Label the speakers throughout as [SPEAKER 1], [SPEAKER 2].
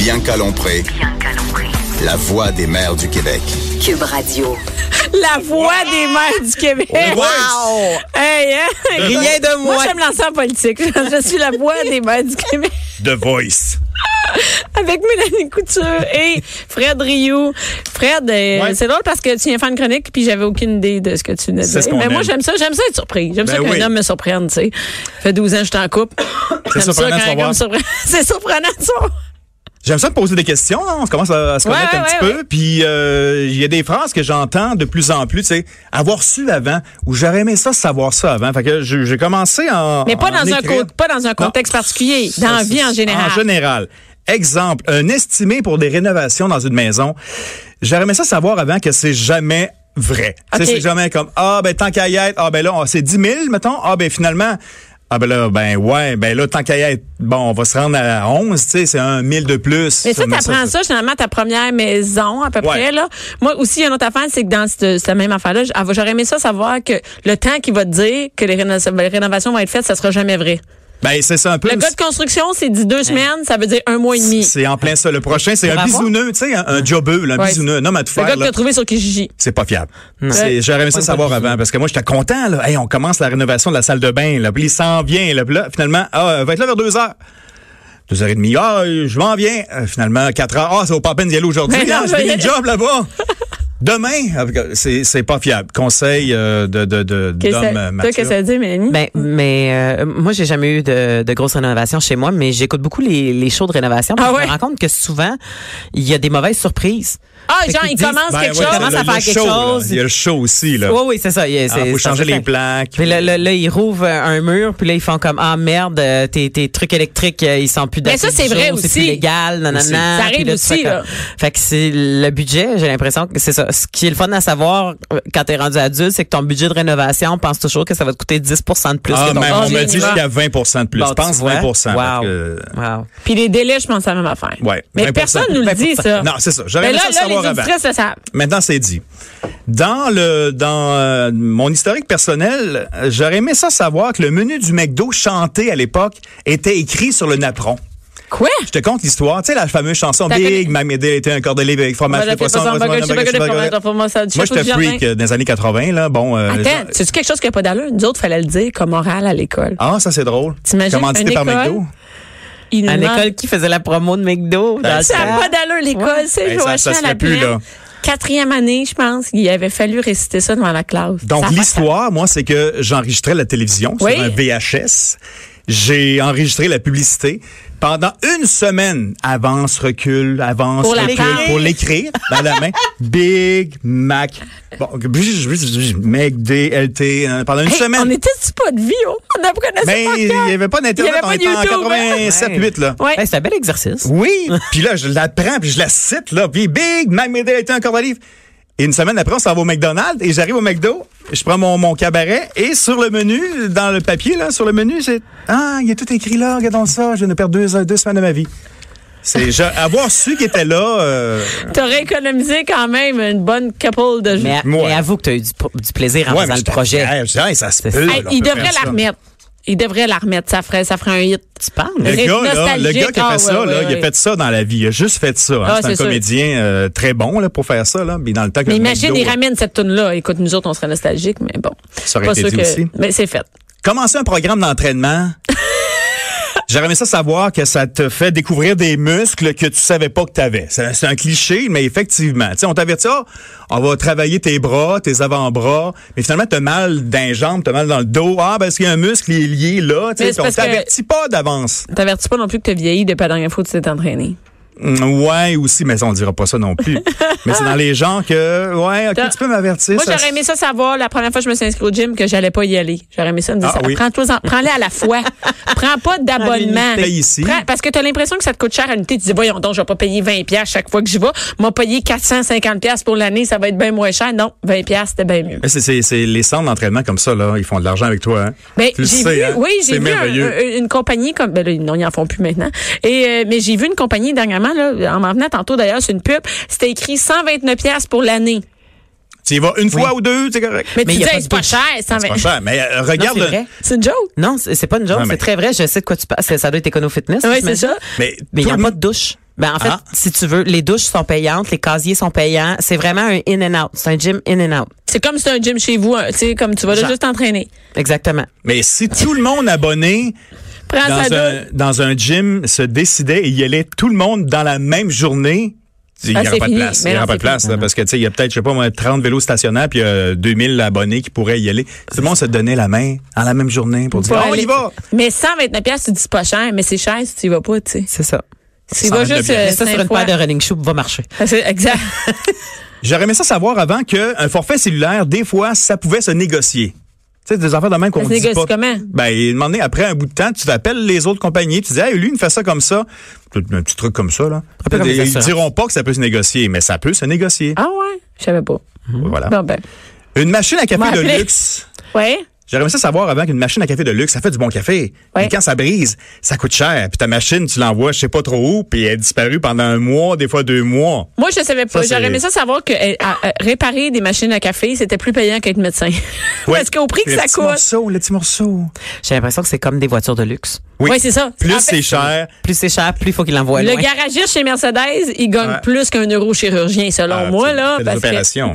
[SPEAKER 1] Bien calompré. La voix des mères du Québec.
[SPEAKER 2] Cube Radio.
[SPEAKER 3] La voix des mères du Québec.
[SPEAKER 4] Wow!
[SPEAKER 3] Hey, hein?
[SPEAKER 5] Euh,
[SPEAKER 4] Rien de
[SPEAKER 3] Moi,
[SPEAKER 4] moins.
[SPEAKER 3] je vais me lancer en politique. Je suis la voix des mères du Québec.
[SPEAKER 5] The Voice.
[SPEAKER 3] Avec Mélanie Couture et Fred Rioux. Fred, euh,
[SPEAKER 5] Ouais.
[SPEAKER 3] c'est drôle parce que tu viens faire une chronique puis j'avais aucune idée de ce que tu venais de
[SPEAKER 5] C'est ce
[SPEAKER 3] dire.
[SPEAKER 5] qu'on
[SPEAKER 3] Mais moi,
[SPEAKER 5] aime.
[SPEAKER 3] j'aime ça. J'aime ça être surpris. J'aime
[SPEAKER 5] Ben
[SPEAKER 3] ça qu'un
[SPEAKER 5] oui.
[SPEAKER 3] homme me surprenne, tu sais. Ça fait 12 ans que je suis en couple. J'aime ça quand
[SPEAKER 5] surprenant de
[SPEAKER 3] un
[SPEAKER 5] savoir.
[SPEAKER 3] gars me surprend. C'est surprenant de savoir.
[SPEAKER 5] J'aime ça me poser des questions. hein. On commence à, à se
[SPEAKER 3] Ouais,
[SPEAKER 5] connaître un
[SPEAKER 3] ouais,
[SPEAKER 5] petit
[SPEAKER 3] ouais,
[SPEAKER 5] peu. Puis euh, il y a des phrases que j'entends de plus en plus. Tu sais, avoir su avant ou j'aurais aimé ça savoir ça avant. Fait que j'ai j'ai commencé en
[SPEAKER 3] Mais pas
[SPEAKER 5] Ah, en
[SPEAKER 3] dans un
[SPEAKER 5] écrire.
[SPEAKER 3] co- pas dans un contexte particulier, dans
[SPEAKER 5] Ça,
[SPEAKER 3] la vie en
[SPEAKER 5] c'est-
[SPEAKER 3] général.
[SPEAKER 5] En général. Exemple, un estimé pour des rénovations dans une maison. J'aurais aimé ça savoir avant que c'est jamais vrai. Tu sais,
[SPEAKER 3] Ok.
[SPEAKER 5] C'est jamais comme ah ben tant qu'à y être, ah ben là on- c'est 10 000 mettons, ah ben finalement. Ah ben là, ben ouais, ben là, tant qu'à y être, bon, on va se rendre à 11, tu sais, c'est un 1000 de plus.
[SPEAKER 3] Mais ça, t'apprends ça, généralement, ta première maison, à peu
[SPEAKER 5] Ouais.
[SPEAKER 3] près, là. Moi aussi, il y a une autre affaire, c'est que dans cette, cette même affaire-là, j- ah, j'aurais aimé ça savoir que le temps qu'il va te dire que les, réno- ben, les rénovations vont être faites, ça sera jamais vrai.
[SPEAKER 5] Ben c'est ça un peu.
[SPEAKER 3] Le gars de construction, c'est dit deux semaines, ça veut dire un mois et demi.
[SPEAKER 5] Hein. C'est en plein ça. Le prochain, c'est un
[SPEAKER 4] avoir.
[SPEAKER 5] bisouneux, tu sais, un, un jobeux, là, un
[SPEAKER 3] Ouais.
[SPEAKER 5] bisouneux, un homme à
[SPEAKER 3] Le
[SPEAKER 5] tout faire.
[SPEAKER 3] gars que
[SPEAKER 5] là.
[SPEAKER 3] t'as trouvé sur Kijiji.
[SPEAKER 5] c'est pas fiable.
[SPEAKER 3] Ouais.
[SPEAKER 5] C'est- J'aurais aimé ça savoir avant parce que moi j'étais content là. Hey, on commence la rénovation de la salle de bain là, puis il s'en vient là, Puis là finalement ah euh, va être là vers deux heures. Deux heures et demie, ah, euh, je m'en viens. Euh, finalement, quatre heures, ah, ça vaut pas la peine d'y aller aujourd'hui.
[SPEAKER 3] Mais
[SPEAKER 5] hein,
[SPEAKER 3] non,
[SPEAKER 5] J'ai fini
[SPEAKER 3] mais-
[SPEAKER 5] le job là-bas. Demain, Ah, c'est c'est pas fiable. Conseil euh, de de de
[SPEAKER 3] Que
[SPEAKER 5] d'homme
[SPEAKER 3] ça-
[SPEAKER 5] euh,
[SPEAKER 3] Toi,
[SPEAKER 5] mature.
[SPEAKER 3] que ça veut dire, Mélanie?
[SPEAKER 4] Ben, mais euh, moi, j'ai jamais eu de, de grosses rénovations chez moi, mais j'écoute beaucoup les, les shows de rénovation. parce
[SPEAKER 3] Ah
[SPEAKER 4] que
[SPEAKER 3] ouais?
[SPEAKER 4] Je me rends compte que souvent, il y a des mauvaises surprises.
[SPEAKER 3] ah,
[SPEAKER 4] Fait
[SPEAKER 3] genre,
[SPEAKER 4] qu'ils
[SPEAKER 3] il
[SPEAKER 4] disent-
[SPEAKER 3] commence
[SPEAKER 5] Ben
[SPEAKER 3] quelque
[SPEAKER 5] ouais,
[SPEAKER 3] chose.
[SPEAKER 4] commence
[SPEAKER 5] le-
[SPEAKER 4] à
[SPEAKER 5] le
[SPEAKER 4] faire quelque
[SPEAKER 5] show, là.
[SPEAKER 4] chose.
[SPEAKER 5] Il y a le show aussi là.
[SPEAKER 4] Oui, oui, c'est ça. Il y a-
[SPEAKER 5] Ah,
[SPEAKER 4] c'est-
[SPEAKER 5] faut
[SPEAKER 4] c'est
[SPEAKER 5] changer les
[SPEAKER 4] certain.
[SPEAKER 5] plaques. Ah,
[SPEAKER 4] Puis là, là, là, ils rouvrent un mur, puis là, ils font comme Ah merde, euh, tes, tes trucs électriques, euh, ils sont plus
[SPEAKER 3] Mais ça,
[SPEAKER 4] datés du
[SPEAKER 3] c'est vrai
[SPEAKER 4] jour,
[SPEAKER 3] aussi.
[SPEAKER 4] C'est plus légal, nanana.
[SPEAKER 3] Aussi. Ça
[SPEAKER 4] Puis
[SPEAKER 3] arrive
[SPEAKER 4] là, tu fais
[SPEAKER 3] aussi,
[SPEAKER 4] comme-
[SPEAKER 3] là.
[SPEAKER 4] Fait que c'est le budget, j'ai l'impression que c'est ça. Ce qui est le fun à savoir euh, quand t'es rendu adulte, c'est que ton budget de rénovation pense toujours que ça va te coûter 10 de plus
[SPEAKER 5] Ah,
[SPEAKER 4] que ton
[SPEAKER 5] même, on
[SPEAKER 3] budget
[SPEAKER 5] me
[SPEAKER 4] budget.
[SPEAKER 5] dit jusqu'à 20 de plus.
[SPEAKER 4] Bon,
[SPEAKER 5] Je
[SPEAKER 4] tu
[SPEAKER 5] pense
[SPEAKER 4] vois.
[SPEAKER 5] 20 parce
[SPEAKER 4] Wow.
[SPEAKER 5] que-
[SPEAKER 4] Wow.
[SPEAKER 3] Puis les délais, je pense à la même affaire.
[SPEAKER 5] Ouais,
[SPEAKER 3] Mais
[SPEAKER 5] 20%.
[SPEAKER 3] personne nous le dit, ça.
[SPEAKER 5] Non, c'est ça. J'aurais
[SPEAKER 3] Mais
[SPEAKER 5] aimé
[SPEAKER 3] là,
[SPEAKER 5] ça
[SPEAKER 3] là, les
[SPEAKER 5] savoir avant.
[SPEAKER 3] auditrices le savent.
[SPEAKER 5] Maintenant, c'est dit. Dans le dans euh, mon historique personnel, euh, j'aurais aimé ça savoir que le menu du McDo chanté à l'époque était écrit sur le napperon.
[SPEAKER 3] Quoi?
[SPEAKER 5] Je te conte l'histoire, tu sais la fameuse chanson
[SPEAKER 3] T'as
[SPEAKER 5] Big
[SPEAKER 3] connu-
[SPEAKER 5] Mac McDill était un cordelet avec fromage
[SPEAKER 3] Voilà,
[SPEAKER 5] et
[SPEAKER 3] fais pas
[SPEAKER 5] poisson.
[SPEAKER 3] ça,
[SPEAKER 5] poisson,
[SPEAKER 3] hamburger,
[SPEAKER 5] hamburger,
[SPEAKER 3] hamburger,
[SPEAKER 5] hamburger.
[SPEAKER 3] hamburger, fromage, fromage,
[SPEAKER 5] Moi,
[SPEAKER 3] château
[SPEAKER 5] j'étais
[SPEAKER 3] du jardin.
[SPEAKER 5] freak euh, dans les années 80 là, bon euh,
[SPEAKER 3] Attends,
[SPEAKER 5] je-
[SPEAKER 3] c'est-tu quelque chose qui n'a pas d'allure? Nous autres, fallait le dire comme oral à l'école.
[SPEAKER 5] Ah, ça c'est drôle.
[SPEAKER 3] T'imagines
[SPEAKER 5] Commandité
[SPEAKER 3] une
[SPEAKER 5] par
[SPEAKER 3] école?
[SPEAKER 5] McDo.
[SPEAKER 3] Il
[SPEAKER 4] À
[SPEAKER 3] nous manque-
[SPEAKER 4] l'école qui faisait la promo de McDo. dans le
[SPEAKER 3] Ça
[SPEAKER 4] temps.
[SPEAKER 3] n'a pas d'allure, l'école. C'est
[SPEAKER 5] Ben, ça-
[SPEAKER 3] Joachim
[SPEAKER 5] ça se
[SPEAKER 3] à la
[SPEAKER 5] fait plus,
[SPEAKER 3] plaine.
[SPEAKER 5] là.
[SPEAKER 3] Quatrième année, je pense, il avait fallu réciter ça devant la classe. Ça a
[SPEAKER 5] Donc
[SPEAKER 3] pas de
[SPEAKER 5] l'histoire, moi, c'est que j'enregistrais la télévision
[SPEAKER 3] Oui.
[SPEAKER 5] sur un VHS. J'ai enregistré la publicité pendant une semaine. Avance, recul, avance,
[SPEAKER 3] Pour la
[SPEAKER 5] recul,
[SPEAKER 3] prendre.
[SPEAKER 5] pour l'écrire dans la main. Big Mac. Bon, Mac, D, LT, hein, pendant une
[SPEAKER 3] Hey, On
[SPEAKER 5] semaine.
[SPEAKER 3] n'était-tu pas de vie, oh? On apprenait
[SPEAKER 5] Mais
[SPEAKER 3] ça
[SPEAKER 5] il
[SPEAKER 3] par
[SPEAKER 5] n'y avait pas d'Internet.
[SPEAKER 3] Il y
[SPEAKER 5] On
[SPEAKER 3] avait
[SPEAKER 5] était
[SPEAKER 3] pas
[SPEAKER 5] en
[SPEAKER 3] YouTube. hein?
[SPEAKER 5] 87,
[SPEAKER 4] Ouais.
[SPEAKER 5] 8, là.
[SPEAKER 3] Ouais.
[SPEAKER 4] Hey, c'est un bel exercice.
[SPEAKER 5] Oui, puis là, je la prends, puis je la cite, là, puis Big Mac McDill était encore livre. Et une semaine après, on s'en va au McDonald's, et j'arrive au McDo, je prends mon, mon cabaret, et sur le menu, dans le papier, là, sur le menu, j'ai Ah, il est tout écrit là, regardons ça, je viens de perdre deux, heures- deux semaines de ma vie. C'est je- avoir su qu'il était là. euh,
[SPEAKER 3] T'aurais économisé quand même une bonne couple de
[SPEAKER 4] Mais,
[SPEAKER 3] jours.
[SPEAKER 5] Ouais.
[SPEAKER 4] mais avoue que tu as eu du, pro- du plaisir en
[SPEAKER 5] ouais, mais
[SPEAKER 4] faisant le
[SPEAKER 5] j'étais
[SPEAKER 4] projet.
[SPEAKER 5] fier, je dis, Hey, ça se peut.
[SPEAKER 4] C'est
[SPEAKER 5] là,
[SPEAKER 4] ça.
[SPEAKER 3] Hey,
[SPEAKER 5] on
[SPEAKER 3] il
[SPEAKER 5] peut
[SPEAKER 3] devrait
[SPEAKER 5] faire
[SPEAKER 3] la
[SPEAKER 5] ça.
[SPEAKER 3] remettre. Il devrait la remettre. Ça ferait, ça ferait un hit.
[SPEAKER 4] Tu parles?
[SPEAKER 5] Le
[SPEAKER 3] Ré-
[SPEAKER 5] gars, là, le gars qui a fait
[SPEAKER 3] nostalgique.
[SPEAKER 5] ça,
[SPEAKER 3] Ah,
[SPEAKER 5] là,
[SPEAKER 3] ouais,
[SPEAKER 5] il a
[SPEAKER 3] ouais.
[SPEAKER 5] fait ça dans la vie. Il a juste fait ça. hein.
[SPEAKER 3] Ah,
[SPEAKER 5] c'est un
[SPEAKER 3] c'est sûr.
[SPEAKER 5] comédien euh, très bon là, pour faire ça. Là. Mais dans le temps que
[SPEAKER 3] Mais
[SPEAKER 5] le
[SPEAKER 3] imagine,
[SPEAKER 5] McDo-
[SPEAKER 3] il ramène cette tune là Écoute, nous autres, on serait nostalgiques, mais bon.
[SPEAKER 5] Ça aurait
[SPEAKER 3] Pas
[SPEAKER 5] été
[SPEAKER 3] sûr
[SPEAKER 5] dit
[SPEAKER 3] que-
[SPEAKER 5] aussi.
[SPEAKER 3] Mais c'est fait.
[SPEAKER 5] Commencer un programme d'entraînement. J'aurais aimé ça savoir que ça te fait découvrir des muscles que tu savais pas que tu avais. C'est un- c'est un cliché, mais effectivement. Tu sais, on t'avertit, Ah, on va travailler tes bras, tes avant-bras, mais finalement, tu as mal dans les jambes, tu as mal dans le dos. Ah, parce qu'il y a un muscle, il est lié là. Tu
[SPEAKER 3] Mais c'est
[SPEAKER 5] sais, puis on
[SPEAKER 3] parce que-
[SPEAKER 5] t'avertit pas d'avance.
[SPEAKER 3] T'avertis pas non plus que t'as vieilli depuis la dernière fois que tu t'es entraîné.
[SPEAKER 5] Mm, Ouais, aussi, mais ça, on dira pas ça non plus. mais c'est dans les gens que, ouais, ok,
[SPEAKER 3] T'as-
[SPEAKER 5] tu peux m'avertir.
[SPEAKER 3] Moi,
[SPEAKER 5] ça-
[SPEAKER 3] j'aurais aimé ça savoir la première fois que je me suis inscrite au gym que j'allais pas y aller. J'aurais aimé ça me dire
[SPEAKER 5] Ah,
[SPEAKER 3] ça.
[SPEAKER 5] oui.
[SPEAKER 3] Prends-toi-en- Prends-les à la fois. Prends pas d'abonnement.
[SPEAKER 5] Paye ici.
[SPEAKER 3] Prends- parce que tu as l'impression que ça te coûte cher à l'unité. Tu dis, voyons donc, je vais pas payer 20$ piastres chaque fois que je vais. Moi, payer 450$ piastres pour l'année, ça va être bien moins cher. Non, 20$, piastres, c'était bien mieux.
[SPEAKER 5] Mais c'est- C'est c'est les centres d'entraînement comme ça, là. Ils font de l'argent avec toi. Hein?
[SPEAKER 3] Ben,
[SPEAKER 5] Tu le
[SPEAKER 3] j'ai
[SPEAKER 5] sais,
[SPEAKER 3] vu,
[SPEAKER 5] hein?
[SPEAKER 3] oui,
[SPEAKER 5] C'est
[SPEAKER 3] j'ai vu un-
[SPEAKER 5] merveilleux.
[SPEAKER 3] un- une compagnie comme, ben là, non, ils en font plus maintenant. Et, euh, mais j'ai vu une compagnie dernièrement, là, en m'en venant tantôt d'ailleurs, c'est une pub, c'était écrit 129$ piastres pour l'année.
[SPEAKER 5] Tu y vas une fois ou deux, c'est correct.
[SPEAKER 3] Mais,
[SPEAKER 4] Mais
[SPEAKER 3] tu
[SPEAKER 4] y
[SPEAKER 3] dis,
[SPEAKER 4] a pas
[SPEAKER 3] Hey,
[SPEAKER 4] de
[SPEAKER 3] c'est pas
[SPEAKER 4] budget.
[SPEAKER 3] cher, 120$.
[SPEAKER 5] C'est pas cher, mais euh, regarde.
[SPEAKER 4] Non,
[SPEAKER 5] le-
[SPEAKER 4] c'est vrai.
[SPEAKER 3] C'est une joke.
[SPEAKER 4] Non, c'est c'est pas une joke,
[SPEAKER 5] Ouais, mais-
[SPEAKER 4] c'est très vrai. Je sais de quoi tu parles. C'est- Ça doit être écono-fitness.
[SPEAKER 3] Oui, c'est
[SPEAKER 4] j'imagine.
[SPEAKER 3] ça.
[SPEAKER 5] Mais,
[SPEAKER 4] Mais il
[SPEAKER 5] tout
[SPEAKER 4] n'y a
[SPEAKER 5] le
[SPEAKER 4] pas
[SPEAKER 5] monde-
[SPEAKER 4] de douche. Ben, en fait,
[SPEAKER 5] Ah.
[SPEAKER 4] si tu veux, les douches sont payantes, les casiers sont payants. C'est vraiment un in and out. C'est un gym in and out.
[SPEAKER 3] C'est comme si t'as un gym chez vous, hein, tu sais, comme tu vas là
[SPEAKER 4] Genre.
[SPEAKER 3] juste t'entraîner.
[SPEAKER 4] Exactement.
[SPEAKER 5] mais si tout le monde abonné
[SPEAKER 3] Prends
[SPEAKER 5] dans
[SPEAKER 3] ça
[SPEAKER 5] un, dans un gym se décidait et y allait tout le monde dans la même journée, il n'y
[SPEAKER 3] Ah,
[SPEAKER 5] aura
[SPEAKER 3] c'est
[SPEAKER 5] pas de
[SPEAKER 3] fini.
[SPEAKER 5] place. Il
[SPEAKER 3] Mais
[SPEAKER 5] n'y
[SPEAKER 3] non,
[SPEAKER 5] aura pas
[SPEAKER 3] c'est
[SPEAKER 5] de place,
[SPEAKER 4] fini.
[SPEAKER 5] là, parce que, tu sais, il y a peut-être, je sais pas, moi, 30 vélos stationnaires, puis il y a 2000 abonnés qui pourraient y aller. Tout le monde se donnait la main dans la même journée pour dire,
[SPEAKER 3] Faut
[SPEAKER 5] Ah, on y
[SPEAKER 3] aller.
[SPEAKER 5] va!
[SPEAKER 3] Mais 129 pièces, tu dis c'est pas cher, mais c'est cher si tu y vas pas, tu sais.
[SPEAKER 4] C'est ça.
[SPEAKER 3] Tu y vas
[SPEAKER 5] 129
[SPEAKER 3] juste
[SPEAKER 5] piastres.
[SPEAKER 3] euh,
[SPEAKER 4] Mais ça,
[SPEAKER 3] cinq
[SPEAKER 4] sur une
[SPEAKER 3] fois.
[SPEAKER 4] paire de running shoes va marcher.
[SPEAKER 3] C'est exact.
[SPEAKER 5] J'aurais aimé ça savoir avant qu'un forfait cellulaire, des fois, ça pouvait se négocier. Tu sais, des affaires de même qu'on
[SPEAKER 3] se
[SPEAKER 5] dit
[SPEAKER 3] négocie
[SPEAKER 5] pas.
[SPEAKER 3] comment?
[SPEAKER 5] Ben, il un moment donné, après un bout de temps, tu t'appelles les autres compagnies, tu dis, hey, lui, il me fait ça comme ça. Tout Un petit truc comme ça, là.
[SPEAKER 4] Un peu comme les
[SPEAKER 5] ils
[SPEAKER 4] assurances.
[SPEAKER 5] diront pas que ça peut se négocier, mais ça peut se négocier.
[SPEAKER 3] ah ouais, je savais pas.
[SPEAKER 5] Voilà.
[SPEAKER 3] Bon ben.
[SPEAKER 5] Une machine à café
[SPEAKER 3] M'a
[SPEAKER 5] de
[SPEAKER 3] appelé.
[SPEAKER 5] luxe.
[SPEAKER 3] Ouais.
[SPEAKER 5] J'aurais aimé ça savoir avant qu'une machine à café de luxe, ça fait du bon café.
[SPEAKER 3] Ouais.
[SPEAKER 5] Mais quand ça brise, ça coûte cher. Puis ta machine, tu l'envoies je sais pas trop où, puis elle est disparue pendant un mois, des fois deux mois.
[SPEAKER 3] Moi, je savais pas.
[SPEAKER 5] Ça, c'est-
[SPEAKER 3] J'aurais aimé ça savoir que euh, à- à- réparer des machines à café, c'était plus payant qu'être médecin.
[SPEAKER 5] Ouais.
[SPEAKER 3] Parce qu'au prix que
[SPEAKER 5] Le
[SPEAKER 3] ça
[SPEAKER 5] petit
[SPEAKER 3] coûte.
[SPEAKER 5] morceau, le petit morceau.
[SPEAKER 4] J'ai l'impression que c'est comme des voitures de luxe.
[SPEAKER 5] Oui,
[SPEAKER 3] Ouais, c'est ça.
[SPEAKER 5] Plus
[SPEAKER 3] En fait,
[SPEAKER 5] c'est cher,
[SPEAKER 4] Plus c'est cher, plus il faut qu'il l'envoie
[SPEAKER 3] Le
[SPEAKER 4] loin.
[SPEAKER 3] garagiste chez Mercedes, il gagne
[SPEAKER 5] Ben Ouais.
[SPEAKER 3] plus qu'un neurochirurgien, selon
[SPEAKER 5] Ah,
[SPEAKER 3] moi,
[SPEAKER 5] tu
[SPEAKER 3] là.
[SPEAKER 5] fais des
[SPEAKER 3] parce que-
[SPEAKER 5] opérations.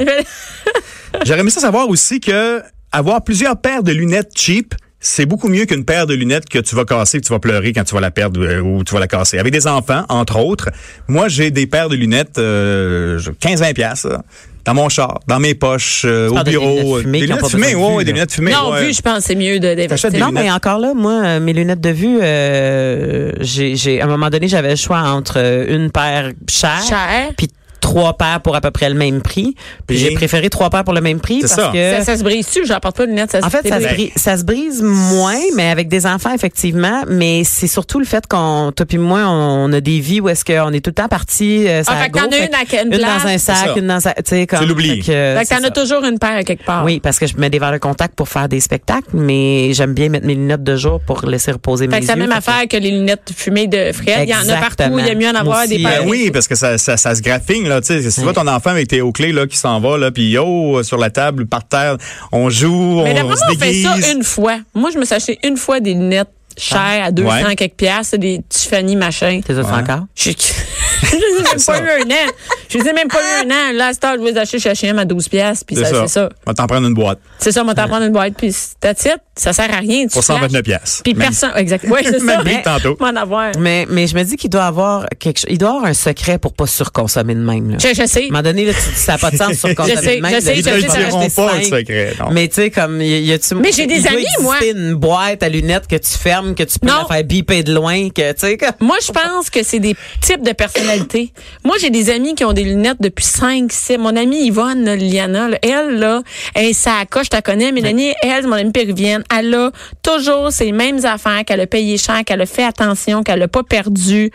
[SPEAKER 5] J'aurais aimé ça savoir aussi que avoir plusieurs paires de lunettes cheap, c'est beaucoup mieux qu'une paire de lunettes que tu vas casser, que tu vas pleurer quand tu vas la perdre euh, ou tu vas la casser. Avec des enfants, entre autres, moi j'ai des paires de lunettes euh, 15-20 piastres, là, dans mon char, dans mes poches, euh, au
[SPEAKER 4] parles des
[SPEAKER 5] bureau,
[SPEAKER 4] lunettes fumées qui ont pas
[SPEAKER 5] fumées,
[SPEAKER 4] besoin de
[SPEAKER 5] ouais,
[SPEAKER 4] vue,
[SPEAKER 5] des
[SPEAKER 4] là.
[SPEAKER 5] lunettes fumées.
[SPEAKER 3] non,
[SPEAKER 5] ouais.
[SPEAKER 3] vu, je pense, c'est mieux de
[SPEAKER 5] T'achètes des
[SPEAKER 3] d'investir.
[SPEAKER 4] Non,
[SPEAKER 5] lunettes.
[SPEAKER 4] mais encore là, moi, euh, mes lunettes de vue, euh, j'ai, j'ai- à un moment donné, j'avais le choix entre euh, une paire chère,
[SPEAKER 3] Cher.
[SPEAKER 4] puis trois paires pour à peu près le même prix. Puis
[SPEAKER 5] Et-
[SPEAKER 4] j'ai préféré trois paires pour le même prix
[SPEAKER 5] C'est
[SPEAKER 4] parce
[SPEAKER 5] ça.
[SPEAKER 4] que
[SPEAKER 3] Ça, ça se brise-tu? J'apporte pas de lunettes. Ça
[SPEAKER 4] En
[SPEAKER 3] se
[SPEAKER 4] fait, ça se,
[SPEAKER 3] brise.
[SPEAKER 4] brise, ça se brise moins, mais avec des enfants, effectivement. Mais c'est surtout le fait qu'on, toi puis moi, on a des vies où est-ce qu'on est tout le temps partis. euh, ça
[SPEAKER 3] Ah, fait que
[SPEAKER 4] go,
[SPEAKER 3] t'en as une à quelle place?
[SPEAKER 4] dans un
[SPEAKER 5] C'est
[SPEAKER 4] sac,
[SPEAKER 5] ça.
[SPEAKER 4] une dans un... Tu sais, comme...
[SPEAKER 5] l'oublies.
[SPEAKER 4] Fait que, euh,
[SPEAKER 3] Fait que
[SPEAKER 4] c'est
[SPEAKER 3] t'en as
[SPEAKER 4] ça.
[SPEAKER 3] toujours une paire à quelque part.
[SPEAKER 4] Oui, parce que je mets des verres de contact pour faire des spectacles, mais j'aime bien mettre mes lunettes de jour pour laisser reposer mes
[SPEAKER 3] Fait que c'est la
[SPEAKER 4] yeux.
[SPEAKER 3] même
[SPEAKER 4] Fait que-
[SPEAKER 3] affaire que les lunettes fumées de Fred. Il y en a partout.
[SPEAKER 4] Exactement.
[SPEAKER 3] Il y a mieux en avoir
[SPEAKER 4] Aussi,
[SPEAKER 3] des
[SPEAKER 4] ben
[SPEAKER 3] paires.
[SPEAKER 5] Ben oui, parce que ça, ça, ça se graphigne, là, tu sais. Si tu vois ton enfant avec tes hauts clés, là, qui s'en va, là, puis oh, sur la table, par terre, on joue,
[SPEAKER 3] Mais
[SPEAKER 5] on,
[SPEAKER 3] d'après
[SPEAKER 5] on
[SPEAKER 3] moi,
[SPEAKER 5] se
[SPEAKER 3] on fait
[SPEAKER 5] déguise.
[SPEAKER 3] ça une fois. Moi, je me suis acheté une fois des lunettes chères à 200
[SPEAKER 5] Ouais.
[SPEAKER 3] quelques piastres, c'est des Tiffany machin.
[SPEAKER 4] T'es autres encore?
[SPEAKER 3] Je je les ai même pas eu un an. Je les ai même pas eu un an. Là, à cette heure, je vais les acheter chez H&M à 12 piastres, puis
[SPEAKER 5] C'est
[SPEAKER 3] ça,
[SPEAKER 5] ça.
[SPEAKER 3] c'est ça.
[SPEAKER 5] On va t'en prendre une boîte
[SPEAKER 3] C'est ça, on va t'en prendre une boîte, puis that's it. Ça sert à rien. Tu
[SPEAKER 5] pour
[SPEAKER 3] flashes.
[SPEAKER 5] 129 piastres.
[SPEAKER 3] Puis
[SPEAKER 5] Même-
[SPEAKER 3] personne, exactement. Oui, c'est
[SPEAKER 5] Même
[SPEAKER 3] ça.
[SPEAKER 5] prix que tantôt.
[SPEAKER 3] M'en avoir.
[SPEAKER 4] Mais, mais je me dis qu'il doit avoir quelque chose, il doit avoir un secret pour pas surconsommer de même, là.
[SPEAKER 3] Je, je sais.
[SPEAKER 4] À un moment donné, là, tu dis, ça n'a pas de sens sur
[SPEAKER 3] Je sais,
[SPEAKER 4] même.
[SPEAKER 3] je sais,
[SPEAKER 4] Ils
[SPEAKER 3] je sais,
[SPEAKER 4] te
[SPEAKER 3] t'en
[SPEAKER 4] diront
[SPEAKER 5] acheter
[SPEAKER 4] pas le
[SPEAKER 5] cinq.
[SPEAKER 4] secret, non. Mais tu sais, comme, y y a-tu.
[SPEAKER 3] Mais j'ai des
[SPEAKER 4] il doit
[SPEAKER 3] amis,
[SPEAKER 4] exister
[SPEAKER 3] moi.
[SPEAKER 4] une boîte à lunettes que tu fermes, que tu peux
[SPEAKER 3] Non.
[SPEAKER 4] la faire biper de loin, que, tu sais, comme.
[SPEAKER 3] Moi, je pense que c'est des types de personnalités. Moi, j'ai des amis qui ont des lunettes depuis 5, 6. Mon amie Yvonne là, Liana, là, elle, là, elle s'accroche, je la connais. Mélanie, elle, mon amie péruvienne, elle a toujours ces mêmes affaires qu'elle a payé cher, qu'elle a fait attention, qu'elle a pas perdu.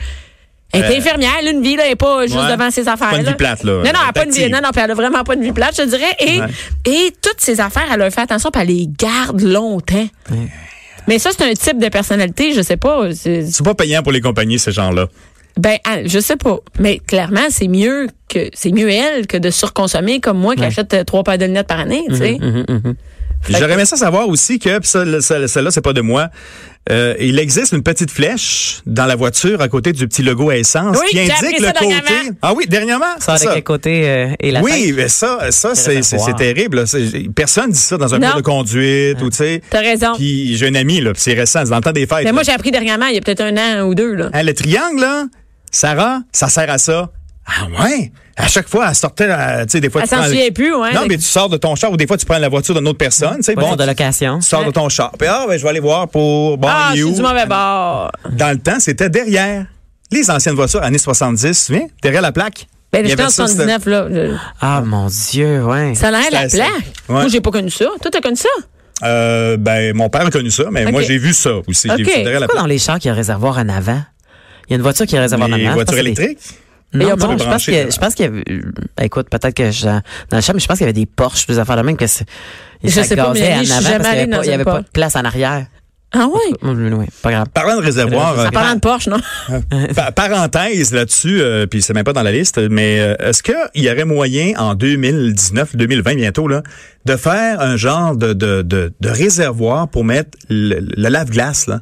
[SPEAKER 3] Elle est infirmière, elle a une vie, là, elle est pas juste
[SPEAKER 5] Euh. Ouais.
[SPEAKER 3] devant ses affaires.
[SPEAKER 5] Pas une vie plate, là.
[SPEAKER 3] Non, non, elle a pas une vie,
[SPEAKER 5] Active.
[SPEAKER 3] non, non, puis elle a vraiment pas une vie plate, je te dirais. Et,
[SPEAKER 5] Ouais.
[SPEAKER 3] et toutes ces affaires, elle a fait attention, puis elle les garde longtemps. Mais ça, c'est un type de personnalité, je sais pas. c'est-
[SPEAKER 5] C'est pas payant pour les compagnies, ces gens-là.
[SPEAKER 3] ben, ah, je sais pas. Mais clairement, c'est mieux que c'est mieux elle que de surconsommer comme moi qui achète euh, trois paires de lunettes par année, tu
[SPEAKER 5] Mm-hmm.
[SPEAKER 3] sais.
[SPEAKER 4] Mm-hmm,
[SPEAKER 5] Puis J'aurais aimé ça savoir aussi que, puis ça, le- ça- celle-là, c'est pas de moi, euh, il existe une petite flèche dans la voiture à côté du petit logo à essence
[SPEAKER 3] Oui,
[SPEAKER 5] qui
[SPEAKER 3] j'ai
[SPEAKER 5] indique
[SPEAKER 3] appris
[SPEAKER 5] le
[SPEAKER 3] ça
[SPEAKER 5] côté.
[SPEAKER 3] dernièrement.
[SPEAKER 5] Ah oui, dernièrement?
[SPEAKER 4] Ça,
[SPEAKER 5] c'est
[SPEAKER 4] avec les côtés euh, et la tête.
[SPEAKER 5] Oui, mais ça, ça c'est, c'est,
[SPEAKER 4] réservoir.
[SPEAKER 5] c'est terrible. là. C'est- personne dit ça dans un
[SPEAKER 3] Non.
[SPEAKER 5] cours de conduite ou tu sais.
[SPEAKER 3] T'as raison.
[SPEAKER 5] Puis j'ai un ami, là, puis c'est récent, c'est dans le temps des fêtes.
[SPEAKER 3] Mais moi,
[SPEAKER 5] là.
[SPEAKER 3] j'ai appris dernièrement, il y a peut-être un an ou deux, là.
[SPEAKER 5] Hein, le triangle, là, Sarah, ça sert à ça. Ah ouais? À chaque fois, elle sortait, euh, tu sais, des fois...
[SPEAKER 3] Elle
[SPEAKER 5] tu
[SPEAKER 3] s'en
[SPEAKER 5] prends-
[SPEAKER 3] souvient plus, ouais.
[SPEAKER 5] Non, mais tu sors de ton char ou des fois, tu prends la voiture d'une autre personne, tu sais.
[SPEAKER 4] Voiture
[SPEAKER 5] Bon,
[SPEAKER 4] de location.
[SPEAKER 5] Tu sors de ton char. Puis, ah, ben, je vais aller voir pour... Bon,
[SPEAKER 3] ah,
[SPEAKER 5] il est
[SPEAKER 3] c'est
[SPEAKER 5] où?
[SPEAKER 3] du mauvais bord.
[SPEAKER 5] Dans le temps, c'était derrière. Les anciennes voitures, années 70, tu te souviens? Derrière la plaque.
[SPEAKER 3] Ben,
[SPEAKER 5] il y
[SPEAKER 3] j'étais
[SPEAKER 5] avait
[SPEAKER 3] en
[SPEAKER 5] ça, c'était-
[SPEAKER 3] 79, là. je-
[SPEAKER 4] Ah, mon Dieu, ouais.
[SPEAKER 3] Ça a l'air de la
[SPEAKER 5] Ça-
[SPEAKER 3] plaque.
[SPEAKER 5] ouais.
[SPEAKER 3] Moi, j'ai pas connu ça. Toi, t'as connu ça?
[SPEAKER 5] Euh, ben, mon père a connu ça, mais
[SPEAKER 3] Ok.
[SPEAKER 5] moi, j'ai vu ça aussi. J'ai
[SPEAKER 3] Ok.
[SPEAKER 5] vu ça derrière la plaque.
[SPEAKER 4] Pourquoi dans les chars qu'il y a un réservoir en avant? Il y a une voiture qui a un réservoir en avant.
[SPEAKER 5] Les
[SPEAKER 4] Je pense
[SPEAKER 5] voitures
[SPEAKER 4] que c'est des-
[SPEAKER 5] électriques?
[SPEAKER 3] Et
[SPEAKER 4] Non,
[SPEAKER 3] on peut
[SPEAKER 4] non, je pense
[SPEAKER 5] brancher
[SPEAKER 4] que
[SPEAKER 5] dedans.
[SPEAKER 4] je pense qu'il y avait euh, écoute, peut-être que je, dans le champ, mais je pense qu'il y avait des Porsche, des affaires de même que c'est ils
[SPEAKER 3] Je
[SPEAKER 4] se
[SPEAKER 3] sais pas,
[SPEAKER 4] gazaient
[SPEAKER 3] mais
[SPEAKER 4] en
[SPEAKER 3] je suis
[SPEAKER 4] avant
[SPEAKER 3] jamais
[SPEAKER 4] parce qu'il y
[SPEAKER 3] allée
[SPEAKER 4] avait
[SPEAKER 3] dans
[SPEAKER 4] pas- il y
[SPEAKER 3] un
[SPEAKER 4] avait pas de
[SPEAKER 3] Porsche.
[SPEAKER 4] place en arrière.
[SPEAKER 3] Ah ouais?
[SPEAKER 4] Oui, pas grave.
[SPEAKER 5] Parlant de réservoir,
[SPEAKER 4] Ça
[SPEAKER 5] euh,
[SPEAKER 3] En parlant de Porsche, non?
[SPEAKER 5] Pa- parenthèse là-dessus, euh, puis c'est même pas dans la liste, mais euh, est-ce qu'il y aurait moyen en 2019, 2020 bientôt, là, de faire un genre de, de, de, de réservoir pour mettre le, le lave-glace, là?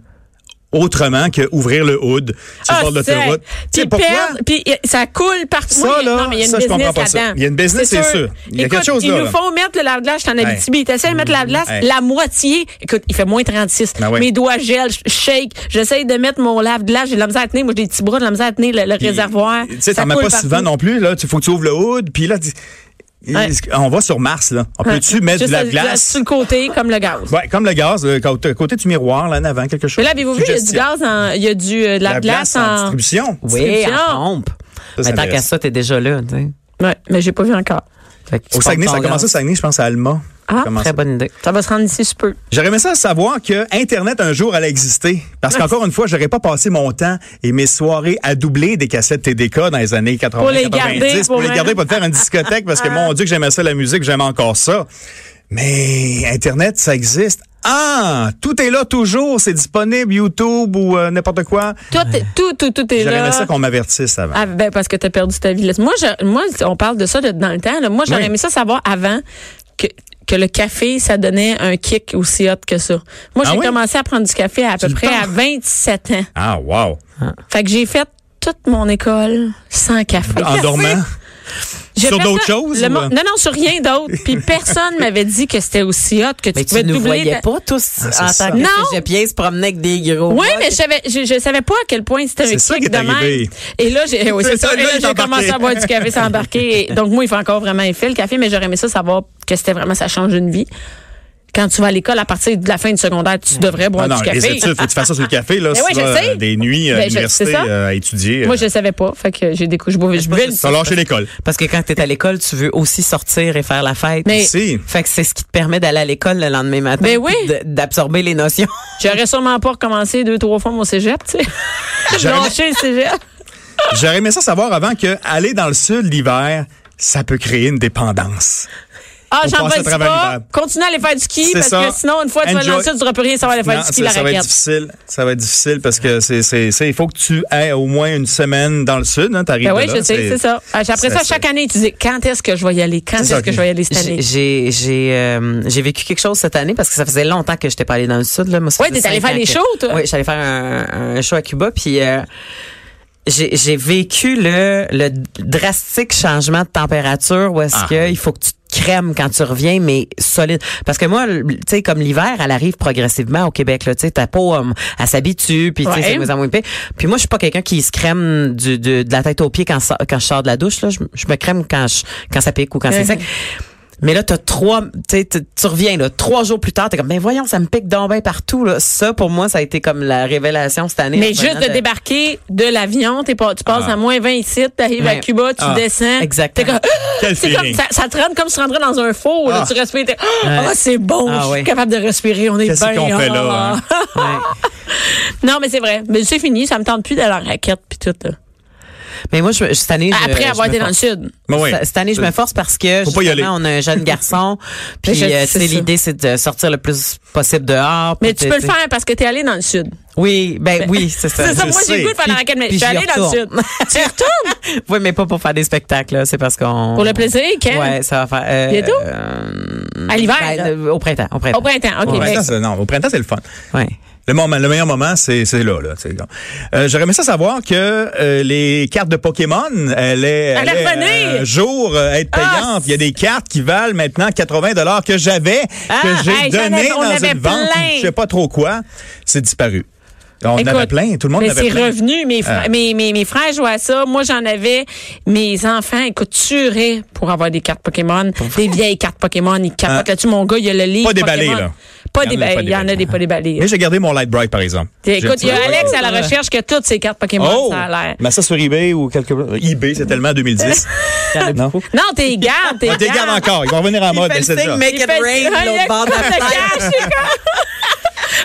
[SPEAKER 5] Autrement que ouvrir le hood sur le bord de
[SPEAKER 3] Ah, c'est-
[SPEAKER 5] l'autoroute. Tu
[SPEAKER 3] Puis
[SPEAKER 5] sais pourquoi?
[SPEAKER 3] perdre, puis y- ça coule partout.
[SPEAKER 5] Ça,
[SPEAKER 3] Moi, il y a-
[SPEAKER 5] là,
[SPEAKER 3] non, mais il y a une
[SPEAKER 5] ça, je
[SPEAKER 3] business
[SPEAKER 5] comprends pas ça.
[SPEAKER 3] là-dedans.
[SPEAKER 5] Il y a une business, c'est sûr. Il y a
[SPEAKER 3] Écoute,
[SPEAKER 5] quelque chose
[SPEAKER 3] ils
[SPEAKER 5] là,
[SPEAKER 3] nous
[SPEAKER 5] là. Mm-hmm.
[SPEAKER 3] font mettre le lave-glace en Abitibi. Ils essaient de mettre le lave-glace,
[SPEAKER 5] Hey.
[SPEAKER 3] la moitié. Écoute, il fait moins 36.
[SPEAKER 5] Ben ouais.
[SPEAKER 3] Mes doigts gèlent, je shake. J'essaye de mettre mon lave-glace. J'ai de la misère à tenir. Moi, j'ai des petits bras de la misère à tenir le, le
[SPEAKER 5] Puis,
[SPEAKER 3] réservoir.
[SPEAKER 5] Tu sais,
[SPEAKER 3] Ça
[SPEAKER 5] t'en mets
[SPEAKER 3] coule
[SPEAKER 5] pas
[SPEAKER 3] partout.
[SPEAKER 5] souvent non plus, là. Tu faut que tu ouvres le hood, puis là, tu-
[SPEAKER 3] Ouais.
[SPEAKER 5] on va sur Mars, là. On peut-tu
[SPEAKER 3] Ouais.
[SPEAKER 5] mettre du
[SPEAKER 3] Hum. Juste le-
[SPEAKER 5] lave-glace?
[SPEAKER 3] Sur le côté, comme le gaz.
[SPEAKER 5] Ouais, comme le gaz, le côté, côté du miroir, là, en avant, quelque chose.
[SPEAKER 3] Mais là, avez-vous vu, il y a du
[SPEAKER 5] Suggestion.
[SPEAKER 3] gaz en, il y a du, euh, de la glace
[SPEAKER 5] en
[SPEAKER 3] en.
[SPEAKER 5] distribution.
[SPEAKER 4] Oui, en
[SPEAKER 3] Distribution.
[SPEAKER 4] pompe.
[SPEAKER 5] Ça, c'est
[SPEAKER 4] mais tant qu'à
[SPEAKER 5] intéressant.
[SPEAKER 4] ça, t'es déjà là, tu sais.
[SPEAKER 3] Ouais, mais j'ai pas vu encore.
[SPEAKER 4] Fait que tu
[SPEAKER 5] Au Saguenay,
[SPEAKER 4] pompes
[SPEAKER 5] ça a
[SPEAKER 4] ton
[SPEAKER 5] commencé au
[SPEAKER 4] gaz.
[SPEAKER 5] Saguenay, je pense à Alma.
[SPEAKER 3] Ah,
[SPEAKER 5] Comment
[SPEAKER 4] Très
[SPEAKER 5] ça?
[SPEAKER 4] bonne idée.
[SPEAKER 3] Ça va se rendre ici sous peu.
[SPEAKER 5] J'aurais aimé ça savoir que Internet un jour allait exister. Parce qu'encore une fois, j'aurais pas passé mon temps et mes soirées à doubler des cassettes TDK dans les années 80,
[SPEAKER 3] Pour les
[SPEAKER 5] 90,
[SPEAKER 3] garder,
[SPEAKER 5] pour
[SPEAKER 3] pour Ah.
[SPEAKER 5] les
[SPEAKER 3] un-
[SPEAKER 5] garder, pour te faire une discothèque, parce que mon Dieu que j'aimais ça la musique, j'aime encore ça. Mais Internet, ça existe. Ah! Tout est là toujours, c'est disponible, YouTube ou euh, n'importe quoi.
[SPEAKER 3] Tout, est- tout, tout, tout est là.
[SPEAKER 5] J'aurais aimé ça qu'on m'avertisse avant.
[SPEAKER 3] Ah, ben, parce que t'as perdu ta vie. Moi, je- moi, on parle de ça de- dans le temps. là. Moi, j'aurais
[SPEAKER 5] Oui.
[SPEAKER 3] aimé ça savoir avant que, que le café, ça donnait un kick aussi hot que ça. Moi,
[SPEAKER 5] Ah
[SPEAKER 3] j'ai
[SPEAKER 5] oui?
[SPEAKER 3] commencé à prendre du café à, peu
[SPEAKER 5] le
[SPEAKER 3] près à
[SPEAKER 5] pars.
[SPEAKER 3] 27 ans.
[SPEAKER 5] Ah, wow!
[SPEAKER 3] Fait que j'ai fait toute mon école sans café.
[SPEAKER 5] En dormant.
[SPEAKER 3] J'ai
[SPEAKER 5] Sur
[SPEAKER 3] fait
[SPEAKER 5] d'autres
[SPEAKER 3] ça-
[SPEAKER 5] choses,
[SPEAKER 3] le
[SPEAKER 5] ou-
[SPEAKER 3] mo-
[SPEAKER 5] euh?
[SPEAKER 3] Non, non, sur rien d'autre. Puis personne m'avait dit que c'était aussi hot, que tu
[SPEAKER 4] Mais tu
[SPEAKER 3] pouvais
[SPEAKER 4] nous
[SPEAKER 3] doubler
[SPEAKER 4] voyais
[SPEAKER 3] ta-
[SPEAKER 4] pas tous
[SPEAKER 5] Ah, c'est
[SPEAKER 4] en
[SPEAKER 5] ça.
[SPEAKER 4] tant que
[SPEAKER 3] Non.
[SPEAKER 4] sujet se promener avec des gros.
[SPEAKER 3] Oui,
[SPEAKER 4] bottes.
[SPEAKER 3] mais je savais, je, je savais pas à quel point c'était un
[SPEAKER 5] C'est
[SPEAKER 3] kick
[SPEAKER 5] ça qui est
[SPEAKER 3] de même.
[SPEAKER 5] arrivé.
[SPEAKER 3] Et là, j'ai, eh oui, c'est
[SPEAKER 5] C'est
[SPEAKER 3] ça.
[SPEAKER 5] ça,
[SPEAKER 3] Et
[SPEAKER 5] là,
[SPEAKER 3] là,
[SPEAKER 5] il est
[SPEAKER 3] j'ai
[SPEAKER 5] embarqué.
[SPEAKER 3] commencé à boire du café sans embarquer. Et donc, moi, il fait encore vraiment effet, le café, mais j'aurais aimé ça savoir que c'était vraiment, ça change une vie. Quand tu vas à l'école, à partir de la fin du secondaire, tu devrais boire
[SPEAKER 5] Ah non,
[SPEAKER 3] du café.
[SPEAKER 5] les études, faut que tu fasses ça sur le café, là.
[SPEAKER 3] Mais
[SPEAKER 5] si
[SPEAKER 3] ouais,
[SPEAKER 5] tu
[SPEAKER 3] je
[SPEAKER 5] vas,
[SPEAKER 3] sais.
[SPEAKER 5] euh, Des nuits euh,
[SPEAKER 3] Ben,
[SPEAKER 5] à
[SPEAKER 3] je- c'est
[SPEAKER 5] l'université
[SPEAKER 3] ça.
[SPEAKER 5] euh, à étudier.
[SPEAKER 3] Moi, je le savais pas. Fait que j'ai découvert, je bois, je buvais le-
[SPEAKER 5] Ça lâcher l'école.
[SPEAKER 4] Parce que quand t'es à l'école, tu veux aussi sortir et faire la fête.
[SPEAKER 3] Mais-
[SPEAKER 5] Si.
[SPEAKER 4] Fait que c'est ce qui te permet d'aller à l'école le lendemain matin.
[SPEAKER 3] Ben
[SPEAKER 4] puis
[SPEAKER 3] oui.
[SPEAKER 4] de- D'absorber les notions.
[SPEAKER 3] J'aurais sûrement pas recommencé deux, trois fois mon cégep, tu sais.
[SPEAKER 5] J'aurais-
[SPEAKER 3] Lâché le cégep.
[SPEAKER 5] J'aurais aimé ça savoir avant que aller dans le sud l'hiver, ça peut créer une dépendance.
[SPEAKER 3] Ah,
[SPEAKER 5] On
[SPEAKER 3] j'en
[SPEAKER 5] passe à
[SPEAKER 3] veux
[SPEAKER 5] travers
[SPEAKER 3] pas.
[SPEAKER 5] l'hiver.
[SPEAKER 3] Continue à aller faire du ski,
[SPEAKER 5] C'est
[SPEAKER 3] parce
[SPEAKER 5] ça.
[SPEAKER 3] que sinon, une fois que tu vas dans le
[SPEAKER 5] Enjoy.
[SPEAKER 3] sud, tu ne plus rien savoir aller faire
[SPEAKER 5] Non,
[SPEAKER 3] du ski,
[SPEAKER 5] ça-
[SPEAKER 3] la
[SPEAKER 5] ça va être
[SPEAKER 3] raquette.
[SPEAKER 5] difficile. Ça va être difficile parce que c'est, c'est, c'est- il faut que tu aies au moins une semaine dans le sud, hein, t'arrives
[SPEAKER 3] Ben oui,
[SPEAKER 5] de là,
[SPEAKER 3] je sais, c'est ça. Ah, Après
[SPEAKER 5] c'est-
[SPEAKER 3] ça, chaque année, tu dis quand est-ce que je vais y aller? Quand
[SPEAKER 5] C'est
[SPEAKER 3] est-ce
[SPEAKER 5] ça,
[SPEAKER 3] que
[SPEAKER 5] ok.
[SPEAKER 3] je vais y aller cette
[SPEAKER 4] J'ai
[SPEAKER 3] année?
[SPEAKER 4] j'ai j'ai, euh, j'ai vécu quelque chose cette année parce que ça faisait longtemps que j'étais pas allée dans le sud là. Moi, ça
[SPEAKER 3] Ouais,
[SPEAKER 4] faisait
[SPEAKER 3] t'es allée
[SPEAKER 4] cinq
[SPEAKER 3] faire
[SPEAKER 4] ans
[SPEAKER 3] des
[SPEAKER 4] que-
[SPEAKER 3] shows, toi?
[SPEAKER 4] Oui, j'allais faire un, un show à Cuba puis euh, j'ai j'ai vécu le le drastique changement de température où est-ce
[SPEAKER 5] Ah.
[SPEAKER 4] que il faut que tu te crèmes quand tu reviens mais solide parce que moi le- tu sais comme l'hiver elle arrive progressivement au Québec là tu sais ta peau euh, elle s'habitue puis tu sais
[SPEAKER 3] Ouais.
[SPEAKER 4] c'est de moins en moins épais. puis moi je suis pas quelqu'un qui se crème du, de, de la tête aux pieds quand, ça- quand je sors de la douche là je, je me crème quand je, quand ça pique ou quand c'est sec mais là, t'as trois, tu sais, tu tu reviens là, trois jours plus tard, t'es comme, ben voyons, ça me pique donc ben partout là. Ça, pour moi, ça a été comme la révélation cette année.
[SPEAKER 3] Mais
[SPEAKER 4] En
[SPEAKER 3] juste
[SPEAKER 4] venant
[SPEAKER 3] de débarquer de l'avion, t'es pas, tu passes à moins 20 ici, t'arrives à
[SPEAKER 4] Ouais.
[SPEAKER 3] Cuba, tu
[SPEAKER 4] Ah,
[SPEAKER 3] descends.
[SPEAKER 4] exactement.
[SPEAKER 3] T'es comme, Ah!
[SPEAKER 5] Quel
[SPEAKER 3] c'est comme,
[SPEAKER 5] feeling.
[SPEAKER 3] ça, ça te rend comme si tu rentrais dans un four, là,
[SPEAKER 5] Ah.
[SPEAKER 3] tu respires. t'es, Ah,
[SPEAKER 4] Ouais.
[SPEAKER 3] c'est bon,
[SPEAKER 4] Ah
[SPEAKER 3] je suis
[SPEAKER 4] ouais.
[SPEAKER 3] capable de respirer, on est
[SPEAKER 5] Qu'est-ce
[SPEAKER 3] bien.
[SPEAKER 5] qu'on fait là, hein?
[SPEAKER 3] Ah.
[SPEAKER 4] Ouais.
[SPEAKER 3] Non, mais c'est vrai. Mais c'est fini, ça me tente plus d'aller en raquette puis tout, là.
[SPEAKER 4] Mais moi, je, je- cette année, je-
[SPEAKER 3] Après
[SPEAKER 4] je
[SPEAKER 3] avoir
[SPEAKER 4] me
[SPEAKER 3] été dans le
[SPEAKER 4] force.
[SPEAKER 3] sud.
[SPEAKER 5] Mais Ben oui.
[SPEAKER 4] Cette année, je me force parce que
[SPEAKER 5] Faut pas y
[SPEAKER 4] justement,
[SPEAKER 5] aller.
[SPEAKER 4] on a un jeune garçon. puis
[SPEAKER 3] Je-
[SPEAKER 4] euh, tu
[SPEAKER 3] c'est
[SPEAKER 4] sais,
[SPEAKER 3] ça.
[SPEAKER 4] l'idée, c'est de sortir le plus possible dehors.
[SPEAKER 3] Mais
[SPEAKER 4] puis
[SPEAKER 3] tu
[SPEAKER 4] de-
[SPEAKER 3] peux le faire parce que t'es allé dans le sud.
[SPEAKER 4] Oui, ben oui, c'est ça.
[SPEAKER 3] C'est ça,
[SPEAKER 5] je
[SPEAKER 3] moi, j'ai
[SPEAKER 5] sais.
[SPEAKER 3] le goût de faire la
[SPEAKER 4] Puis-
[SPEAKER 3] raquette, mais je
[SPEAKER 4] puis
[SPEAKER 3] suis
[SPEAKER 4] j'y
[SPEAKER 3] allé dans le sud.
[SPEAKER 4] retourne.
[SPEAKER 3] Tu y retournes?
[SPEAKER 4] Oui, mais pas pour faire des spectacles. là. C'est parce qu'on.
[SPEAKER 3] Pour le plaisir, quand?
[SPEAKER 4] Ouais, ça va faire. euh,
[SPEAKER 3] Bientôt?
[SPEAKER 4] euh,
[SPEAKER 3] À l'hiver,
[SPEAKER 4] ben,
[SPEAKER 3] là.
[SPEAKER 4] euh, au printemps. Au printemps.
[SPEAKER 3] Au printemps, OK.
[SPEAKER 5] Au
[SPEAKER 3] ben,
[SPEAKER 5] printemps, c'est- non, au printemps, c'est le fun.
[SPEAKER 4] Ouais.
[SPEAKER 5] Le, moment, le meilleur moment, c'est, c'est là. là tu sais, donc. Euh, j'aurais aimé ça savoir que euh, les cartes de Pokémon, elle est,
[SPEAKER 3] Allaient
[SPEAKER 5] allaient,
[SPEAKER 3] revenir.
[SPEAKER 5] un jour euh, être payante.
[SPEAKER 3] Ah,
[SPEAKER 5] Il y a des cartes qui valent maintenant 80 dollars que j'avais,
[SPEAKER 3] Ah,
[SPEAKER 5] que j'ai
[SPEAKER 3] hey, j'en
[SPEAKER 5] donné
[SPEAKER 3] avais- on
[SPEAKER 5] dans
[SPEAKER 3] avait
[SPEAKER 5] une vente,
[SPEAKER 3] plein.
[SPEAKER 5] je sais pas trop quoi. C'est disparu. On en avait
[SPEAKER 3] Écoute,
[SPEAKER 5] plein, tout le monde en
[SPEAKER 3] mais
[SPEAKER 5] avait
[SPEAKER 3] c'est
[SPEAKER 5] plein.
[SPEAKER 3] revenu. Mes, fr-
[SPEAKER 5] Ah.
[SPEAKER 3] mes, mes, mes frères jouaient à ça. Moi, j'en avais. Mes enfants, écoute, tueraient pour avoir des cartes Pokémon. Des vieilles cartes Pokémon. Ils capotent
[SPEAKER 5] Ah.
[SPEAKER 3] là-dessus. Mon gars, il y a le livre.
[SPEAKER 5] Pas déballé,
[SPEAKER 3] Pokémon.
[SPEAKER 5] là.
[SPEAKER 3] Pas
[SPEAKER 5] Il y en a
[SPEAKER 3] déballé.
[SPEAKER 5] pas
[SPEAKER 3] Il y en a
[SPEAKER 5] déballé.
[SPEAKER 3] des pas déballés.
[SPEAKER 5] Mais j'ai gardé mon Light Bright, par exemple.
[SPEAKER 3] Écoute, il y a
[SPEAKER 5] J'ai-
[SPEAKER 3] Alex à la recherche que toutes ces cartes Pokémon,
[SPEAKER 5] Oh!
[SPEAKER 3] ça a l'air.
[SPEAKER 5] Mais ça sur eBay ou quelque part. eBay, c'est tellement 2010. non?
[SPEAKER 3] Non, t'es garde, t'es
[SPEAKER 5] Ah, T'es garde encore. Ils vont revenir en mode. mais
[SPEAKER 4] fait le
[SPEAKER 5] c'est
[SPEAKER 4] signe,
[SPEAKER 5] ça.
[SPEAKER 4] make
[SPEAKER 3] Il
[SPEAKER 4] it
[SPEAKER 3] fait-
[SPEAKER 4] rain, l'autre bord de la
[SPEAKER 3] Le
[SPEAKER 4] fenêtre.
[SPEAKER 3] cash, c'est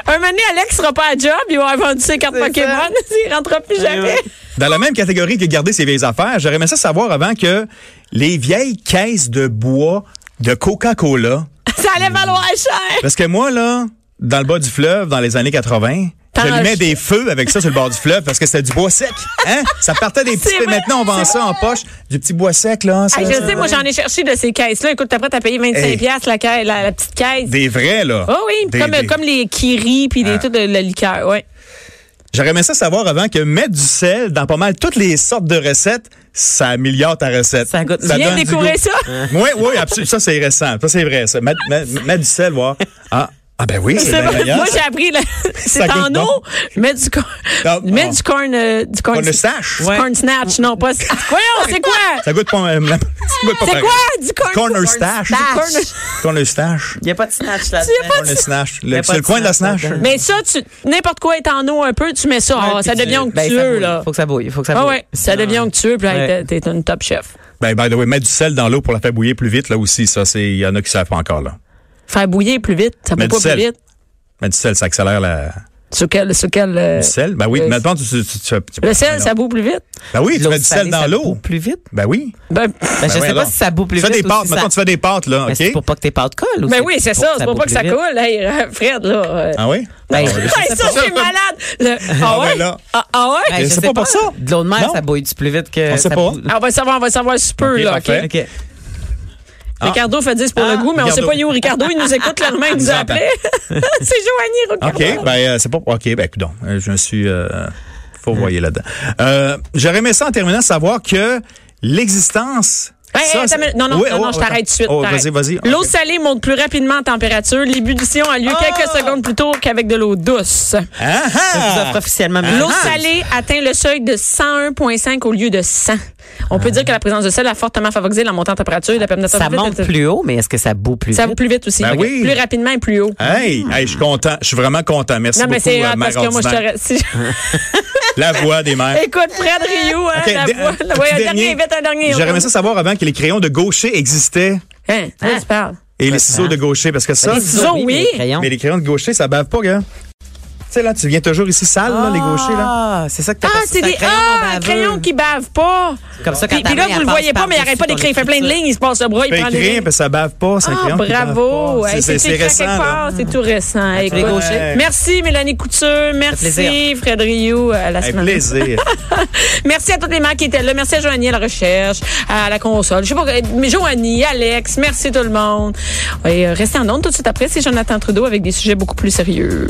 [SPEAKER 3] comme- Un moment donné, Alex sera pas à job, il va avoir vendu ses cartes Pokémon, il rentrera plus jamais.
[SPEAKER 5] Dans la même catégorie que garder ses vieilles affaires, j'aurais aimé ça savoir avant que les vieilles caisses de bois de Coca-Cola.
[SPEAKER 3] Ça allait valoir cher.
[SPEAKER 5] Parce que moi, là, dans le bas du fleuve, dans les années 80,
[SPEAKER 3] T'en
[SPEAKER 5] j'allumais
[SPEAKER 3] jetais.
[SPEAKER 5] des feux avec ça sur le bord du fleuve parce que c'était du bois sec. Hein? Ça partait des petits
[SPEAKER 3] C'est
[SPEAKER 5] feux.
[SPEAKER 3] vrai,
[SPEAKER 5] Maintenant, on vend
[SPEAKER 3] c'est
[SPEAKER 5] ça en poche. Du petit bois sec, là. ça-
[SPEAKER 3] Hey, Ah, je sais, moi, j'en ai cherché de ces caisses-là. Écoute, t'es prête à payer 25
[SPEAKER 5] Hey.
[SPEAKER 3] piastres la, caisse- la, la petite caisse.
[SPEAKER 5] Des vrais, là.
[SPEAKER 3] Oh oui,
[SPEAKER 5] Des-
[SPEAKER 3] comme,
[SPEAKER 5] des- Ah.
[SPEAKER 3] comme les Kiri puis des tout de la liqueur, ouais.
[SPEAKER 5] J'aurais aimé ça savoir avant que mettre du sel dans pas mal toutes les sortes de recettes, ça améliore ta recette.
[SPEAKER 4] Ça goûte-
[SPEAKER 3] Tu viens
[SPEAKER 5] donne
[SPEAKER 3] de
[SPEAKER 5] du
[SPEAKER 3] découvrir
[SPEAKER 5] goût.
[SPEAKER 3] ça?
[SPEAKER 5] Oui, oui, absolument. Ça, c'est récent. Ça, c'est vrai. Ça. Mettre, mettre- mettre du sel, voir. Ah, ah ben oui, c'est
[SPEAKER 3] C'est
[SPEAKER 5] bien
[SPEAKER 3] vrai.
[SPEAKER 5] meilleur.
[SPEAKER 3] Moi, j'ai appris, là, c'est
[SPEAKER 5] goûte
[SPEAKER 3] en
[SPEAKER 5] bon. Ah,
[SPEAKER 3] eau, mettre du corn,
[SPEAKER 5] Non,
[SPEAKER 3] mettre
[SPEAKER 5] non.
[SPEAKER 3] du corn, euh, du corn,
[SPEAKER 5] On le sache.
[SPEAKER 3] du corn snatch, non, pas, Ah, voyons, c'est quoi?
[SPEAKER 5] Ça goûte pas. euh, ça goûte pas
[SPEAKER 3] C'est
[SPEAKER 5] pareil.
[SPEAKER 3] quoi? Du corn,
[SPEAKER 5] Corner stash.
[SPEAKER 3] Du corner-
[SPEAKER 5] Corner stash.
[SPEAKER 4] Il n'y a pas de snatch
[SPEAKER 3] Il y a pas
[SPEAKER 4] là-dedans.
[SPEAKER 3] de-
[SPEAKER 5] Corner snash.
[SPEAKER 4] Y
[SPEAKER 5] Le-
[SPEAKER 4] a pas
[SPEAKER 5] C'est le
[SPEAKER 4] de
[SPEAKER 5] coin de la
[SPEAKER 4] snash
[SPEAKER 5] snash.
[SPEAKER 4] là-dedans.
[SPEAKER 3] Mais ça, tu, n'importe quoi est en eau un peu, tu mets ça, ah, ça devient
[SPEAKER 4] Ben, ça
[SPEAKER 3] onctueux,
[SPEAKER 4] bouille.
[SPEAKER 3] là.
[SPEAKER 4] Faut que ça bouille. Faut que ça
[SPEAKER 3] Ah
[SPEAKER 4] bouille.
[SPEAKER 3] ouais, ça devient onctueux, puis là,
[SPEAKER 4] Ouais.
[SPEAKER 3] t'es t'es une top chef.
[SPEAKER 5] Ben, by the way, mettre du sel dans l'eau pour la faire bouillir plus vite, là aussi, ça, c'est. Il y en a qui savent pas encore, là.
[SPEAKER 3] Faire bouillir plus vite, ça
[SPEAKER 5] Mais
[SPEAKER 3] peut pas
[SPEAKER 5] du sel.
[SPEAKER 3] plus vite.
[SPEAKER 5] Mettre du sel, ça accélère la.
[SPEAKER 4] Euh,
[SPEAKER 3] Sur quel, sur quel, euh,
[SPEAKER 5] Du sel? Ben oui,
[SPEAKER 3] euh,
[SPEAKER 5] maintenant, tu, tu, tu- tu- tu-
[SPEAKER 3] le sel, ça boue plus vite.
[SPEAKER 5] Ben oui, tu
[SPEAKER 4] L'eau
[SPEAKER 5] mets du sel
[SPEAKER 4] salée,
[SPEAKER 5] dans
[SPEAKER 4] ça
[SPEAKER 5] l'eau.
[SPEAKER 4] boue Plus vite.
[SPEAKER 5] Ben oui.
[SPEAKER 3] Ben,
[SPEAKER 4] Ben, je
[SPEAKER 5] Ben
[SPEAKER 4] sais
[SPEAKER 5] voyons
[SPEAKER 4] pas
[SPEAKER 5] donc.
[SPEAKER 4] si ça boue plus
[SPEAKER 5] Tu fais
[SPEAKER 4] vite.
[SPEAKER 5] des
[SPEAKER 4] ou
[SPEAKER 5] pâtes.
[SPEAKER 4] si
[SPEAKER 5] Maintenant,
[SPEAKER 4] ça-
[SPEAKER 5] tu fais des pâtes, là.
[SPEAKER 4] Ben,
[SPEAKER 5] OK?
[SPEAKER 4] C'est pour pas que tes pâtes collent aussi.
[SPEAKER 3] ben oui, c'est ça, c'est pour
[SPEAKER 4] boue
[SPEAKER 3] pas que
[SPEAKER 4] plus
[SPEAKER 3] ça
[SPEAKER 4] vite.
[SPEAKER 3] coule, hey, Fred, là. euh,
[SPEAKER 5] Ah oui?
[SPEAKER 4] Ben,
[SPEAKER 5] Ah oui.
[SPEAKER 4] je
[SPEAKER 3] Hey,
[SPEAKER 4] sais
[SPEAKER 3] ça,
[SPEAKER 4] pas.
[SPEAKER 3] c'est malade. Le- Ah
[SPEAKER 5] Ah ouais,
[SPEAKER 3] ouais?
[SPEAKER 5] là.
[SPEAKER 3] Ah ah ouais?
[SPEAKER 4] Ben,
[SPEAKER 5] Mais
[SPEAKER 4] je
[SPEAKER 5] c'est
[SPEAKER 4] sais
[SPEAKER 5] pas pour ça.
[SPEAKER 4] De l'eau de mer,
[SPEAKER 5] Non.
[SPEAKER 4] ça bouille plus vite que.
[SPEAKER 5] On sait
[SPEAKER 4] ça
[SPEAKER 5] pas.
[SPEAKER 4] boue-
[SPEAKER 3] Ah, on va le savoir, on va le savoir si peu,
[SPEAKER 5] Ok,
[SPEAKER 3] là,
[SPEAKER 5] parfait. Ah.
[SPEAKER 3] OK?
[SPEAKER 4] OK.
[SPEAKER 3] Ricardo fait 10 pour le goût, mais on sait
[SPEAKER 5] Ricardo.
[SPEAKER 3] pas où Ricardo, il nous écoute clairement, il nous a appelé. c'est Joanie Ricardo.
[SPEAKER 5] OK, ben euh, c'est pas OK, ben écoute, je me suis euh,
[SPEAKER 3] Hum.
[SPEAKER 5] fourvoyé là-dedans. Euh, j'aurais aimé ça en terminant savoir que l'existence
[SPEAKER 3] Hey, hey,
[SPEAKER 5] ça,
[SPEAKER 3] attends
[SPEAKER 5] c'est-
[SPEAKER 3] une minute. non, non,
[SPEAKER 5] Ouais,
[SPEAKER 3] non, non,
[SPEAKER 5] oh,
[SPEAKER 3] je t'arrête tout de suite.
[SPEAKER 5] oh,
[SPEAKER 3] t'arrête.
[SPEAKER 5] vas-y, vas-y.
[SPEAKER 3] L'eau
[SPEAKER 5] OK. Oh!
[SPEAKER 3] salée monte plus rapidement en température. L'ébullition a lieu quelques secondes plus tôt qu'avec de l'eau douce.
[SPEAKER 5] Ah,
[SPEAKER 4] Je vous
[SPEAKER 5] ah!
[SPEAKER 4] offre officiellement
[SPEAKER 3] L'eau salée atteint le seuil de 101,5 au lieu de 100. On peut dire que la présence de sel a fortement favorisé la montée en température. La permutation
[SPEAKER 4] Ça
[SPEAKER 3] de-
[SPEAKER 4] monte plus haut, mais est-ce que ça boue plus
[SPEAKER 3] Ça va
[SPEAKER 4] vite?
[SPEAKER 3] plus vite aussi.
[SPEAKER 5] Ben
[SPEAKER 3] Ok.
[SPEAKER 5] oui.
[SPEAKER 3] Plus rapidement et plus haut.
[SPEAKER 5] Hey, hey, je suis content, je suis vraiment content. Merci
[SPEAKER 3] Hmm. non, mais
[SPEAKER 5] beaucoup,
[SPEAKER 3] c'est
[SPEAKER 5] euh,
[SPEAKER 3] hot parce
[SPEAKER 5] Mère
[SPEAKER 3] que moi, je
[SPEAKER 5] Ordinaire.
[SPEAKER 3] te. si-
[SPEAKER 5] La voix des mères.
[SPEAKER 3] Écoute, Fred Rioux, hein,
[SPEAKER 5] OK,
[SPEAKER 3] la
[SPEAKER 5] dé-
[SPEAKER 3] voix.
[SPEAKER 5] un petit
[SPEAKER 3] Ouais, un dernier, vite, un dernier.
[SPEAKER 5] J'aurais aimé ça savoir avant que les crayons de gaucher existaient
[SPEAKER 3] Hein, hein, tu parles.
[SPEAKER 5] et les ciseaux de gaucher parce que ça
[SPEAKER 4] Les ciseaux,
[SPEAKER 3] oui.
[SPEAKER 4] mais les crayons.
[SPEAKER 5] mais les crayons de gaucher ça bave pas gars. Tu sais là, tu viens toujours ici sale là, les gauchers là.
[SPEAKER 4] Ah, c'est ça que t'as
[SPEAKER 3] Ah, c'est des ah, crayons qui bavent pas.
[SPEAKER 4] Comme ça, quand
[SPEAKER 3] Puis, puis là,
[SPEAKER 4] ta main,
[SPEAKER 3] vous
[SPEAKER 4] elle
[SPEAKER 3] le voyez
[SPEAKER 4] passe
[SPEAKER 3] pas, mais il
[SPEAKER 4] par-dessus
[SPEAKER 3] arrête pas
[SPEAKER 4] ton
[SPEAKER 3] d'écrire. Il fait plein de
[SPEAKER 4] écriture.
[SPEAKER 3] lignes, il se passe le bras, il
[SPEAKER 5] Pas
[SPEAKER 3] prend des
[SPEAKER 5] écrit
[SPEAKER 3] lignes.
[SPEAKER 5] parce que ça bave pas, c'est un
[SPEAKER 3] Ah,
[SPEAKER 5] crayon qui bave
[SPEAKER 3] bravo!
[SPEAKER 5] pas.
[SPEAKER 3] Hey,
[SPEAKER 5] C'est-
[SPEAKER 3] C'est écrit
[SPEAKER 5] C'est
[SPEAKER 3] à quelque
[SPEAKER 5] récent. là.
[SPEAKER 3] part, C'est tout récent. Écoute.
[SPEAKER 4] les gauchers.
[SPEAKER 5] Ouais.
[SPEAKER 3] Merci, Mélanie Couture. Merci,
[SPEAKER 4] plaisir.
[SPEAKER 3] Fred Rioux. À la
[SPEAKER 5] Un
[SPEAKER 3] semaine.
[SPEAKER 5] plaisir.
[SPEAKER 3] Merci à toutes les marques qui étaient là. Merci à Joanie à la recherche, à la console. Je sais pas, euh, mais Joanie, Alex, merci tout le monde. Et euh, restez en ondes tout de suite après. C'est Jonathan Trudeau avec des sujets beaucoup plus sérieux.